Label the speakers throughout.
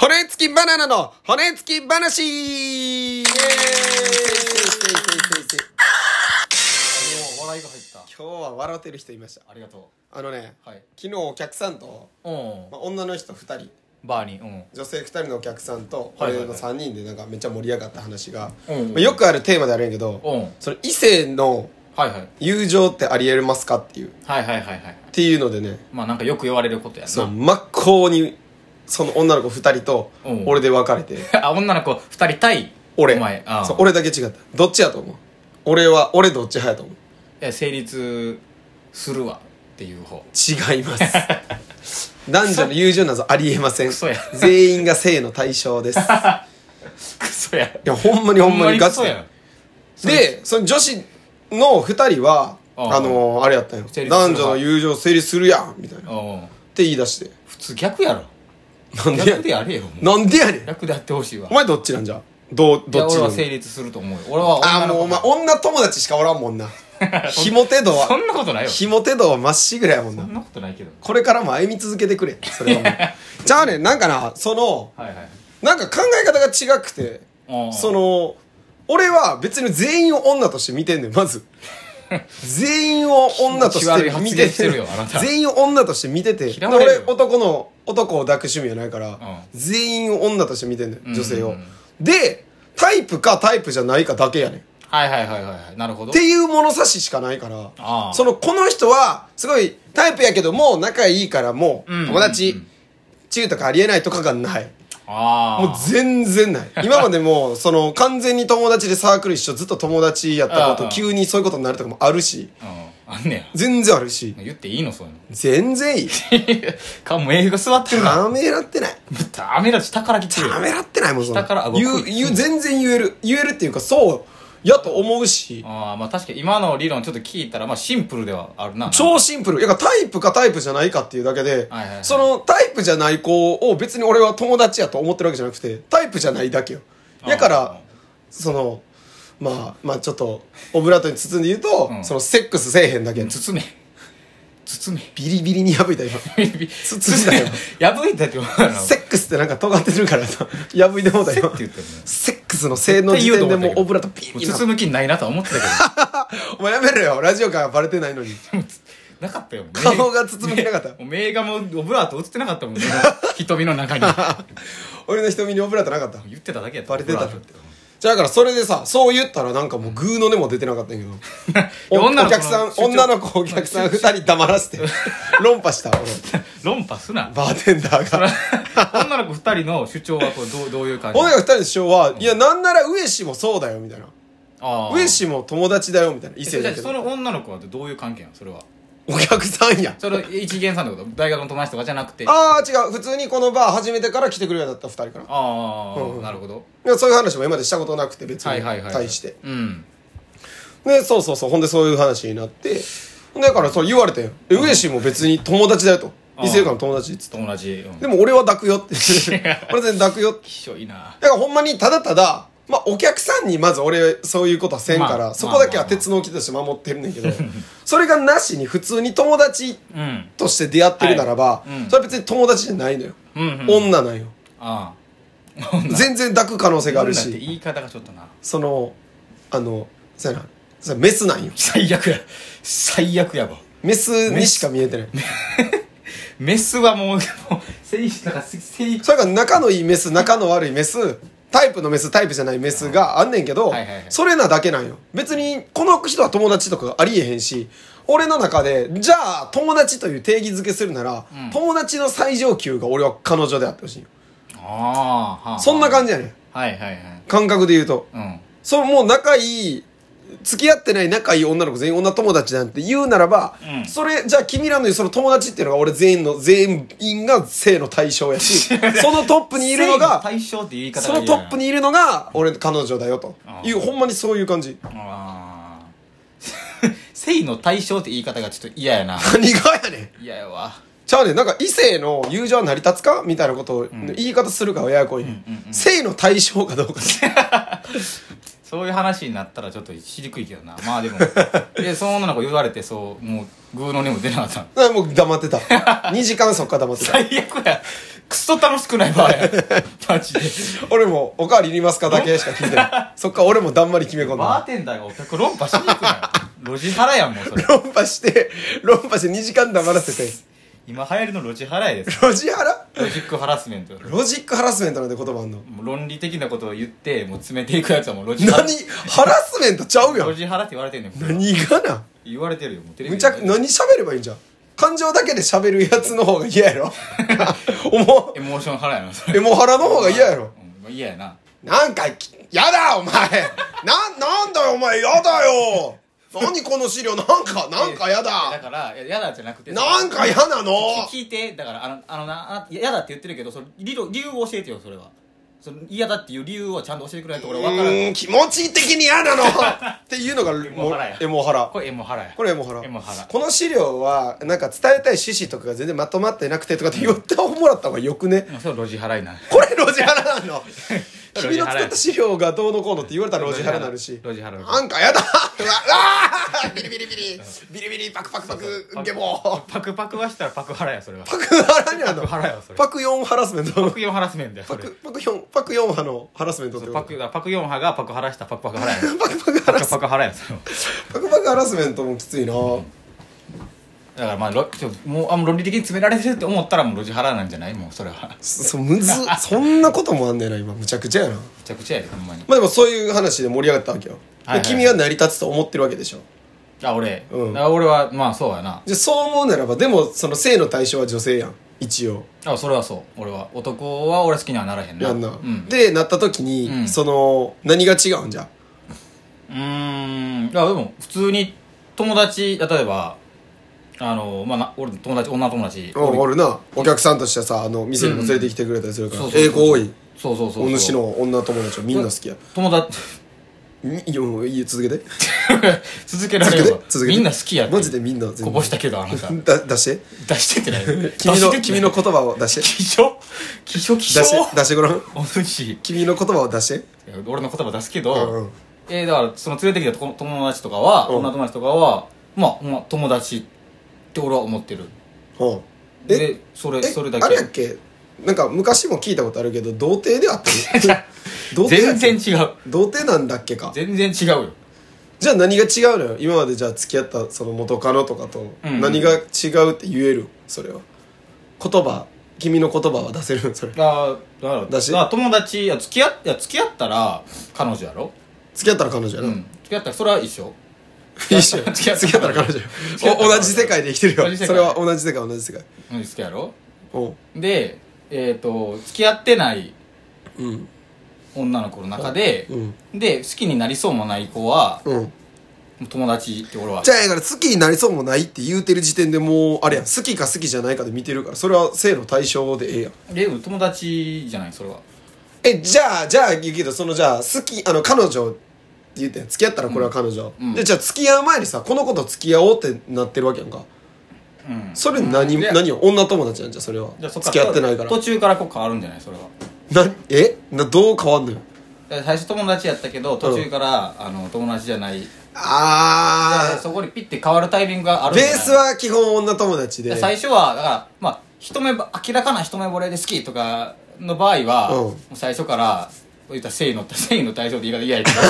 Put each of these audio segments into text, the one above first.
Speaker 1: 骨付きバナナの骨付き話イエーイ
Speaker 2: お笑いが入った
Speaker 1: 今日は笑ってる人いました。
Speaker 2: ありがと
Speaker 1: あのね、
Speaker 2: はい
Speaker 1: 昨日お客さんと、
Speaker 2: うう
Speaker 1: まあ、女の人2人、
Speaker 2: んバーにうん
Speaker 1: 女性2人のお客さんと、
Speaker 2: は
Speaker 1: 俺
Speaker 2: いはいはい
Speaker 1: の3人でなんかめっちゃ盛り上がった話が、
Speaker 2: うん
Speaker 1: まあ、よくあるテーマであるんやけど、
Speaker 2: うん
Speaker 1: その異性の
Speaker 2: はいはい
Speaker 1: 友情ってありえますかっていう、っ
Speaker 2: はいはいはいはい
Speaker 1: ていうのでね、
Speaker 2: まあなんかよく言われることや
Speaker 1: そう、
Speaker 2: な
Speaker 1: 真っ向に、その女の子2人と
Speaker 2: うん、
Speaker 1: 俺で別れて、
Speaker 2: あ女の子二人対
Speaker 1: 俺
Speaker 2: お前あ
Speaker 1: そう俺だけ違ったどっちやと思う俺は俺どっち派やと思う
Speaker 2: いや成立するわっていう方
Speaker 1: 違います男女の友情などありえません
Speaker 2: クソや
Speaker 1: 全員が性の対象 ですい
Speaker 2: クソや
Speaker 1: やほんまにほんまにガチ
Speaker 2: ほんま
Speaker 1: で
Speaker 2: にク
Speaker 1: でその女子の2人は
Speaker 2: ああ
Speaker 1: あのーあれやったんよ
Speaker 2: 成立する
Speaker 1: 男女の友情成立するやんみたいなっ
Speaker 2: ソやうん
Speaker 1: て言い出して
Speaker 2: 普通逆やろ
Speaker 1: なんでや
Speaker 2: 逆
Speaker 1: ね
Speaker 2: でやれよもうん
Speaker 1: なんでやねん
Speaker 2: 逆でやってほしいわ
Speaker 1: お前どっちなんじゃどう
Speaker 2: いや
Speaker 1: どっち
Speaker 2: 俺
Speaker 1: な
Speaker 2: は
Speaker 1: の
Speaker 2: 成立すると思うよ俺は
Speaker 1: あ
Speaker 2: 女
Speaker 1: あもうお
Speaker 2: の
Speaker 1: 前
Speaker 2: 子
Speaker 1: 女友達しかおらん もんなひもて度
Speaker 2: そ
Speaker 1: は
Speaker 2: んなことないよそ
Speaker 1: ひもて度はまっしぐらやもんなん
Speaker 2: なことないけど
Speaker 1: これからも歩み続けてくれそれはも うじゃあねなんかなその
Speaker 2: はいはい
Speaker 1: なんか考え方が違くて
Speaker 2: うん
Speaker 1: その俺は別に全員を女として見てんねんま ず全員を女として見
Speaker 2: 気持ち悪い発
Speaker 1: て
Speaker 2: 言してるよあなた
Speaker 1: 全員を女として見てて
Speaker 2: 嫌われるよ
Speaker 1: 俺男の男を抱く趣味はないから、
Speaker 2: う
Speaker 1: 全員を女として見てんねん女性を、
Speaker 2: うんうん
Speaker 1: でタイプかタイプじゃないかだけやねんっ
Speaker 2: はいはいはいはいはいなるほど
Speaker 1: ていう物差ししかないから
Speaker 2: ああ
Speaker 1: そのこの人はすごいタイプやけどもう仲いいからも
Speaker 2: うんう
Speaker 1: うん友達中とかありえないとかがない
Speaker 2: ああ
Speaker 1: もう全然 ない今までもうその完全に友達でサークル一緒ずっと友達やったこ
Speaker 2: あ
Speaker 1: と
Speaker 2: あ
Speaker 1: 急にそういうことになるとかもあるし
Speaker 2: うんあんね
Speaker 1: 全然あるし
Speaker 2: や言っていいのそういうの
Speaker 1: 全然 いい
Speaker 2: かもう映画座ってるな
Speaker 1: ためらってない
Speaker 2: ダメだ下から来てるよ
Speaker 1: ためらってないもんその
Speaker 2: 下から顎
Speaker 1: 言う
Speaker 2: 食い
Speaker 1: 言う全然言える言えるっていうかそうやと思うし
Speaker 2: ああまあ確かに今の理論ちょっと聞いたらまあシンプルではあるな
Speaker 1: 超シンプル。いや、タイプかタイプじゃないかっていうだけで
Speaker 2: はいはいは、い
Speaker 1: そのタイプじゃない子を別に俺は友達やと思ってるわけじゃなくて、タイプじゃないだけよ。だか
Speaker 2: うん
Speaker 1: ら、その、まあ、まあちょっと、オブラートに包んで言うと
Speaker 2: う、ん
Speaker 1: そのセックスせえへんだけ。
Speaker 2: 包め包め
Speaker 1: ビリビリに破いた今。包んだよ
Speaker 2: 破いたってことなの
Speaker 1: セックスってなんか尖ってるからさ、破いてもうた
Speaker 2: せっ
Speaker 1: よ
Speaker 2: て。言ってる
Speaker 1: セックスの性能時点でもうオブラートビリビリ
Speaker 2: 包む気ないなとは思ってたけ
Speaker 1: お前やめろよ。ラジオからバレてないの に。
Speaker 2: どなかったよね
Speaker 1: 顔が包む気なか った。
Speaker 2: もう映画もオブラート映ってなかっ たもんね瞳の中に
Speaker 1: 俺の瞳にオブラートなかった。
Speaker 2: 言ってただけやった
Speaker 1: バレてた
Speaker 2: オブラートって
Speaker 1: じゃあだからそれでさそう言ったらなんかもうグーの音も出てなかったんやけどお
Speaker 2: 女
Speaker 1: お
Speaker 2: の子の
Speaker 1: 客さん
Speaker 2: 主張
Speaker 1: 女の子お客さん2人黙らせて論破した 俺
Speaker 2: 論破すな
Speaker 1: バーテンダー が
Speaker 2: 女の子二人の主張はこうどうどういう感じ
Speaker 1: 女の子2人の主張は「いやなんなら上氏もそうだよ」みたいな「
Speaker 2: ああ
Speaker 1: 上氏も友達だよ」みたいな異
Speaker 2: え
Speaker 1: 性
Speaker 2: じゃ
Speaker 1: だ
Speaker 2: あ
Speaker 1: け
Speaker 2: そ
Speaker 1: ど
Speaker 2: の女の子はどういう関係なのそれは
Speaker 1: お客さん や
Speaker 2: それ一元さんのこと大学の友達とかじゃなくてあ
Speaker 1: ああ違う普通にこのバー始めてから来てくれるようになった2人かな
Speaker 2: あー、
Speaker 1: うんうん
Speaker 2: なるほど
Speaker 1: いやそういう話も今までしたことなくて別
Speaker 2: は
Speaker 1: に
Speaker 2: いはいはい
Speaker 1: 対して
Speaker 2: うん
Speaker 1: でそうそうそうほんでそういう話になってだからそう言われてん「え上氏も別に友達だよ」と「
Speaker 2: あー
Speaker 1: 異性間の友達」っつって
Speaker 2: 友達うん
Speaker 1: でも俺は抱くよって。俺全然抱くよって。
Speaker 2: きしょいな
Speaker 1: だからほんまにただただ、まあお客さんにまず俺そういうことはせんから、
Speaker 2: まあ
Speaker 1: そこだけは鉄の木として守ってるんだけど、それがなしに普通に友達
Speaker 2: うん
Speaker 1: として出会ってるならば、
Speaker 2: はいうん
Speaker 1: それは別に友達じゃないのよ。
Speaker 2: うんうん
Speaker 1: 女なんよ。
Speaker 2: ああ
Speaker 1: 全然抱く可能性がある
Speaker 2: 女って
Speaker 1: し、
Speaker 2: 言い方がちょっとな
Speaker 1: その、あの、そうやな、それメスなんよ。
Speaker 2: 最悪や最悪やば
Speaker 1: メスにしか見えてない。
Speaker 2: メスはもうもう精子だから精子
Speaker 1: それが仲のいいメス仲の悪いメスタイプのメスタイプじゃないメスがあんねんけど、
Speaker 2: はいはいはい
Speaker 1: それなだけなんよ別にこの人は友達とかありえへんし俺の中でじゃあ友達という定義づけするなら、
Speaker 2: うん
Speaker 1: 友達の最上級が俺は彼女であってほしいよ
Speaker 2: ああはあ
Speaker 1: そんな感じやねん
Speaker 2: はいはいはい
Speaker 1: 感覚で言うと
Speaker 2: うん
Speaker 1: そうもう仲いい付き合ってない仲いい女の子全員女友達なんて言うならば、
Speaker 2: うん
Speaker 1: それじゃあ君らの言うその友達っていうのが俺全員の全員が性の対象や しそのトップにいるの
Speaker 2: 性
Speaker 1: が
Speaker 2: 対象っていう言い方
Speaker 1: そ
Speaker 2: が
Speaker 1: のト
Speaker 2: 嫌やな
Speaker 1: ップにいるのが俺の彼女だよと
Speaker 2: ああ
Speaker 1: いうほんまにそういう感じ
Speaker 2: ああ性の対象って言い方がちょっと嫌やな
Speaker 1: 何がやねん
Speaker 2: 嫌やわ
Speaker 1: ちゃうねんなんか異性の友情は成り立つかみたいなことを言い方するからややこいねん性の対象かどうか
Speaker 2: そういう話になったらちょっとしにくいけどなまあ でもでその女の子言われてそうもうグーの音も出なかった
Speaker 1: だからもう黙ってた 2時間そっから黙ってた
Speaker 2: 最悪やクソ楽しくない場合 マジで
Speaker 1: 俺も「おかわりいりますか?」だけしか聞いて ないそっから俺もだんまり決め込ん
Speaker 2: バー
Speaker 1: だ
Speaker 2: テンダーがお客論破しに行 くやん路地払いやんもうそれ
Speaker 1: 論破して論破して2時間黙らせて
Speaker 2: 今流行りの路地払いです
Speaker 1: ロジハラ
Speaker 2: ロジックハラスメント
Speaker 1: ロジックハラスメントなんて言葉あんの
Speaker 2: もう論理的なことを言ってもう詰めていくやつはもうロジハラ
Speaker 1: 何ハラスメントちゃうや
Speaker 2: ロ
Speaker 1: ん
Speaker 2: ジハラって言われてんねん
Speaker 1: 何がな
Speaker 2: 言われてるよもうテレビ
Speaker 1: む
Speaker 2: で
Speaker 1: ちゃく何喋ればいいんじゃん感情だけで喋るやつの方が嫌やろ 思
Speaker 2: エモーション払いやなそれ
Speaker 1: うエモハラの方が嫌やろ
Speaker 2: うんまあ嫌やな
Speaker 1: なんかきやだお前なんなんだよお前やだよ何この資料なんかなんかや
Speaker 2: いやだ
Speaker 1: だ
Speaker 2: からいややだじゃなくて
Speaker 1: なんか嫌なの
Speaker 2: 聞いてだからあのあのなあやだって言ってるけどその理論理由を教えてよそれはその嫌だっていう理由をちゃんと教えてくれないと俺は分から
Speaker 1: うんーん気持ち的に嫌な のっていうのが
Speaker 2: モハラや
Speaker 1: エモハラ
Speaker 2: これエモ払い
Speaker 1: これエモハラ
Speaker 2: エモハラ
Speaker 1: この資料はなんか伝えたい趣旨とかが全然まとまってなくてとかって言ってもらった方がよくね
Speaker 2: もうそれ路地払いな
Speaker 1: これロジハラな の
Speaker 2: ロジ
Speaker 1: 君
Speaker 2: ハラ
Speaker 1: の作った資料がどうのこうのって言われたらロジハラになるし
Speaker 2: ロジハラ
Speaker 1: なんかやだうわうわービリビリビリビリビリパクパクパクゲボ
Speaker 2: パクパクはしたらパク払いやそれは
Speaker 1: パクハラになるの
Speaker 2: パクハラよそれ
Speaker 1: パクヨンハラスメン
Speaker 2: パ
Speaker 1: ト
Speaker 2: クヨンハラスメントやそ
Speaker 1: パ
Speaker 2: れ
Speaker 1: クパクヨンパクヨンハのハラスメントってこと
Speaker 2: パクだパクヨンハがパク払いしたパクパク払いや
Speaker 1: パクパクハ
Speaker 2: パ
Speaker 1: ラ
Speaker 2: ク
Speaker 1: ス
Speaker 2: パク払いやそれは
Speaker 1: パクパクハラスメントもきついな
Speaker 2: だからまあロちょもうあもう論理的に詰められてるって思ったらもう路地払いなんじゃないもうそれはめ
Speaker 1: そそむずそんなこともあんねんな今むちゃくちゃやな
Speaker 2: ちゃくちゃやでほんまに
Speaker 1: まあでもそういう話で盛り上がったわけよ、
Speaker 2: はいはい
Speaker 1: で君は成り立つと思ってるわけでしょ
Speaker 2: あ俺、
Speaker 1: うん
Speaker 2: あ俺はまあそうやな
Speaker 1: じゃあそう思うならばでもその性の対象は女性やん一応
Speaker 2: あそれはそう俺は男は俺好きにはならへんな
Speaker 1: やんな、
Speaker 2: うん
Speaker 1: でなった時に、
Speaker 2: うん
Speaker 1: その何が違うんじゃ
Speaker 2: うーんいやでも普通に友達例えばあのまあな俺の友達女の友達
Speaker 1: おおるなお客さんとしてはさあの店にも連れてきてくれたりするから、
Speaker 2: そうそうそう
Speaker 1: ええ子多い
Speaker 2: そうそうそうそう
Speaker 1: お主の女友達はみんな好きや、
Speaker 2: 友達
Speaker 1: みいやもういいよ続けて
Speaker 2: 続けら
Speaker 1: 続
Speaker 2: れ
Speaker 1: け
Speaker 2: るわ
Speaker 1: て続けて
Speaker 2: みんな好きやって
Speaker 1: マジでみんな全部
Speaker 2: こぼしたけどあな た
Speaker 1: だ出して
Speaker 2: 出してってない
Speaker 1: 君
Speaker 2: 出してっ
Speaker 1: の
Speaker 2: てない
Speaker 1: 君の言葉を出 して
Speaker 2: 気象気象気象
Speaker 1: 出して出してごらん
Speaker 2: お主い
Speaker 1: 君の言葉を出して
Speaker 2: や俺の言葉出すけ
Speaker 1: うんう
Speaker 2: ど
Speaker 1: ん
Speaker 2: えーだからその連れてきた友友達とかは
Speaker 1: うん
Speaker 2: 女友達とかはまあほんま友達って俺は思ってる
Speaker 1: うんえ
Speaker 2: でそれ
Speaker 1: え
Speaker 2: それだ
Speaker 1: あれや
Speaker 2: け
Speaker 1: っけなんか昔も聞いたことあるけど童貞であった の童貞や
Speaker 2: 全
Speaker 1: っけ
Speaker 2: 然違う
Speaker 1: 童貞なんだっけか
Speaker 2: 全然違うよ
Speaker 1: じゃあ何が違うのよ今までじゃあ付き合ったその元カノとかと
Speaker 2: うん
Speaker 1: 何が違うって言えるそれは言葉君の言葉は出せるそれ
Speaker 2: あーだから
Speaker 1: だし
Speaker 2: だから友達いや付き合っいや付き合ったら彼女やろ、
Speaker 1: 付き合ったら彼女や
Speaker 2: う
Speaker 1: な、
Speaker 2: ん、付き合ったらそれは一緒
Speaker 1: 一緒や
Speaker 2: 付き合った
Speaker 1: 付き合ったら彼女や
Speaker 2: き合った
Speaker 1: お
Speaker 2: ら
Speaker 1: 同じ世界で生きてる
Speaker 2: 同
Speaker 1: よ
Speaker 2: じ世界
Speaker 1: それは同じ世界同じ世界
Speaker 2: うん付き合やろ
Speaker 1: おう
Speaker 2: でえっ、と付き合ってない
Speaker 1: うん
Speaker 2: 女の子の中で、
Speaker 1: うん
Speaker 2: で好きになりそうもない子は
Speaker 1: うん
Speaker 2: 友達って俺は
Speaker 1: じゃあだから好きになりそうもないって言うてる時点でもうあれやん好きか好きじゃないかで見てるからそれは性の対象でええやん
Speaker 2: でも友達じゃないそれは
Speaker 1: えじゃあじゃあ言うけどそのじゃあ好きあの彼女って言ってん付き合ったらこれは彼女、
Speaker 2: うんうん
Speaker 1: でじゃあ付き合う前にさこの子と付き合おうってなってるわけやんか
Speaker 2: うん
Speaker 1: それ何,、
Speaker 2: うんいや
Speaker 1: 何よ女友達なんじゃそれは
Speaker 2: じゃあそ
Speaker 1: 付き合ってないから
Speaker 2: 途中からこう変わるんじゃないそれは
Speaker 1: なえなどう変わんのよ
Speaker 2: だから最初友達やったけど途中から、あの友達じゃない
Speaker 1: あ
Speaker 2: そこにピッて変わるタイミングがあ
Speaker 1: あ
Speaker 2: るんじ
Speaker 1: ベ
Speaker 2: ゃ
Speaker 1: ー
Speaker 2: ない
Speaker 1: スは基本女友達で
Speaker 2: で最初はだからまあ一目ぼ明らかな一目惚れで好きとかの場合は、
Speaker 1: うん
Speaker 2: もう最初から言ったら誠意の誠意の対象で言い方嫌やけど そ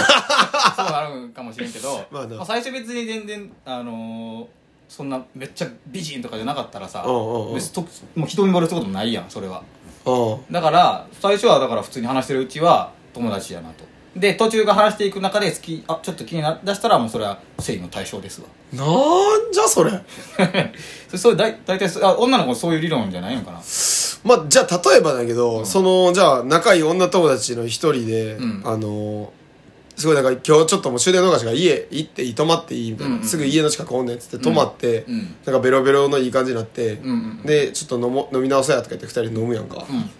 Speaker 2: うなるんかもしれんけど、
Speaker 1: まあな
Speaker 2: 最初別に全然あのーそんなめっちゃ美人とかじゃなかったらさ、
Speaker 1: うんうんうん
Speaker 2: 別にともう一目惚れすることもないやんそれは
Speaker 1: うん
Speaker 2: だから最初はだから普通に話してるうちは友達やなとで途中が話していく中で好きあちょっと気になりだしたらもうそれは誠意の対象ですわ
Speaker 1: なんじゃそれ
Speaker 2: そそうだい大体そうあ女の子そういう理論じゃないのかな
Speaker 1: まあ、じゃあ例えばだけど、そのじゃあ仲いい女友達の一人で、
Speaker 2: うん
Speaker 1: あのーすごいなんか今日ちょっともう終電逃しが家行っていい泊まっていいみたいな、
Speaker 2: うんうん
Speaker 1: すぐ家の近くおんねんっつって泊まって、
Speaker 2: うんうん
Speaker 1: なんかベロベロのいい感じになって、
Speaker 2: うんうん
Speaker 1: でちょっと飲も飲み直そうやとか言って二人で飲むやんか、
Speaker 2: うん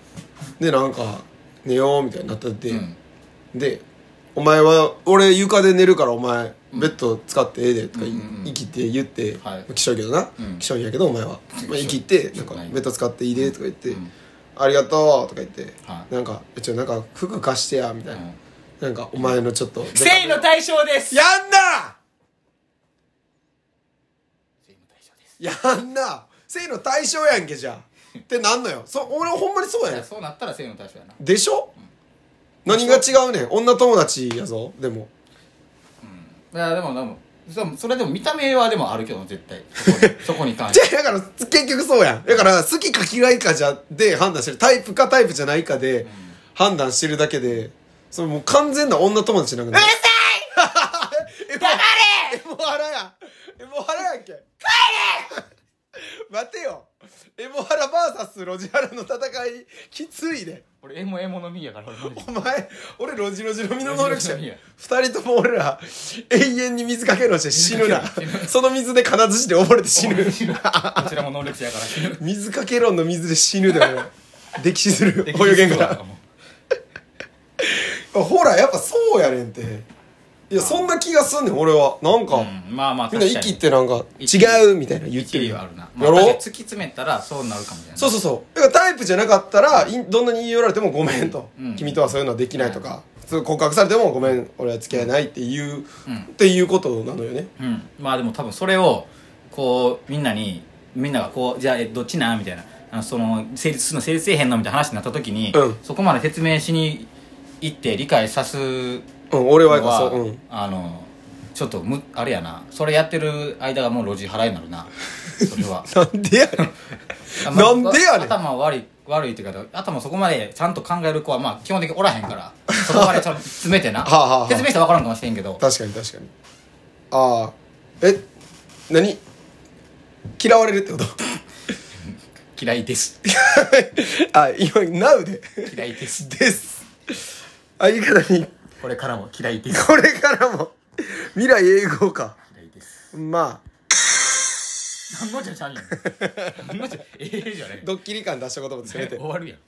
Speaker 1: でなんか寝ようみたいになったって、
Speaker 2: うん
Speaker 1: で「お前は俺床で寝るからお前ベッド使ってええで」とかい
Speaker 2: うんうんうん
Speaker 1: 生きて言って
Speaker 2: はい
Speaker 1: きしょいけどな
Speaker 2: うん
Speaker 1: きしょいんやけどお前はまあ生きてな
Speaker 2: 気性
Speaker 1: んか
Speaker 2: ない
Speaker 1: ベッド使っていいでとか言って
Speaker 2: ん
Speaker 1: 「ありがとう」とか言って
Speaker 2: はい
Speaker 1: なんか「えちょなんか服貸してや」みたいな
Speaker 2: うん
Speaker 1: なんかお前のちょっと
Speaker 2: 性の対象です
Speaker 1: やんな
Speaker 2: 性の対象です
Speaker 1: やんな性の対象やんけじゃあってなんのよそ俺ほんまにそう
Speaker 2: い
Speaker 1: やね
Speaker 2: やそうなったら性の対象やな
Speaker 1: でしょ、何が違うねん女友達やぞでも
Speaker 2: いやでもでもそうそれでも見た目はでもあるけど絶対そこに そこに関し
Speaker 1: じ
Speaker 2: て
Speaker 1: ゃあだから結局そうやんだから好きか嫌いかじゃで判断してるタイプかタイプじゃないかで判断してるだけでそれもう完全な女友達なんかうる さい黙れエモハラやエモハラやんけ帰れ待てよエモハラバーサスロジハラの戦いきついで
Speaker 2: 俺エモエモのみやから俺マジ で
Speaker 1: お前俺ロジロジの身の能力者
Speaker 2: ロジロジの
Speaker 1: 二人とも俺ら永遠に水かけろして死ぬな
Speaker 2: 水かけろ死ぬ
Speaker 1: その水で金槌で溺れて死ぬ
Speaker 2: こちらも能力者やから死 ぬ
Speaker 1: 水かけ論の水で死 ぬで俺溺死する泳げん からほらやっぱそうやねんっていやそんな気がすんねん俺はなんか、
Speaker 2: うんまあまあ
Speaker 1: みんな
Speaker 2: 確か
Speaker 1: 息っ
Speaker 2: に
Speaker 1: てなんか
Speaker 2: 息
Speaker 1: 違うみたいな言って
Speaker 2: 一
Speaker 1: る
Speaker 2: 理
Speaker 1: やん
Speaker 2: はあるな、ま
Speaker 1: や
Speaker 2: あ、
Speaker 1: ろ
Speaker 2: 確かに突き詰めたらそうなるかもしれない
Speaker 1: そうそうそうだからタイプじゃなかったらいどんなに言い寄られてもごめんと、
Speaker 2: うん
Speaker 1: 君とはそういうのはできないとか、普通告白されてもごめん俺は付き合えないっていう、
Speaker 2: うん
Speaker 1: っていうことなのよね
Speaker 2: うん、まあでも多分それをこうみんなにみんながこうじゃあえどっちなんみたいなあのその成立するの成立せえへんのみたいな話になった時に、
Speaker 1: うん
Speaker 2: そこまで説明しに行って理解さす
Speaker 1: うん俺は
Speaker 2: の
Speaker 1: やっぱそう、う
Speaker 2: は
Speaker 1: ん、
Speaker 2: あのちょっとむあれやなそれやってる間がもう路地払いになるなそれ は
Speaker 1: なんでやねん
Speaker 2: あ
Speaker 1: なんでやねん
Speaker 2: 頭悪い悪いっていうか頭そこまでちゃんと考える子はまあ基本的におらへんからそこまでちゃんと詰めてな
Speaker 1: はあはあはあ
Speaker 2: 説明したら分からんかもしれんけど
Speaker 1: 確かに確かにああえ何嫌われるってこと
Speaker 2: 嫌いです
Speaker 1: あ今 NOW で
Speaker 2: 嫌いです
Speaker 1: です相方に
Speaker 2: これからも嫌いです
Speaker 1: これからも未来永劫か
Speaker 2: 嫌いです。
Speaker 1: まあ
Speaker 2: 何のじゃちゃうやん。何のじゃ、ええじゃね。
Speaker 1: ドッキリ感出したこともせめて
Speaker 2: 終わるやん。